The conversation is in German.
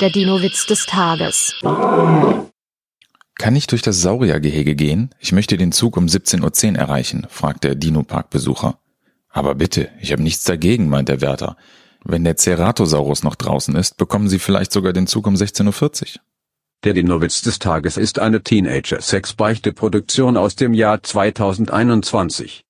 Der Dino-Witz des Tages. Kann ich durch das Sauriergehege gehen? Ich möchte den Zug um 17.10 Uhr erreichen, fragt der Dino-Park-Besucher. Aber bitte, ich habe nichts dagegen, meint der Wärter. Wenn der Ceratosaurus noch draußen ist, bekommen Sie vielleicht sogar den Zug um 16.40 Uhr. Der Dinowitz des Tages ist eine Teenager-Sex-Beichte-Produktion aus dem Jahr 2021.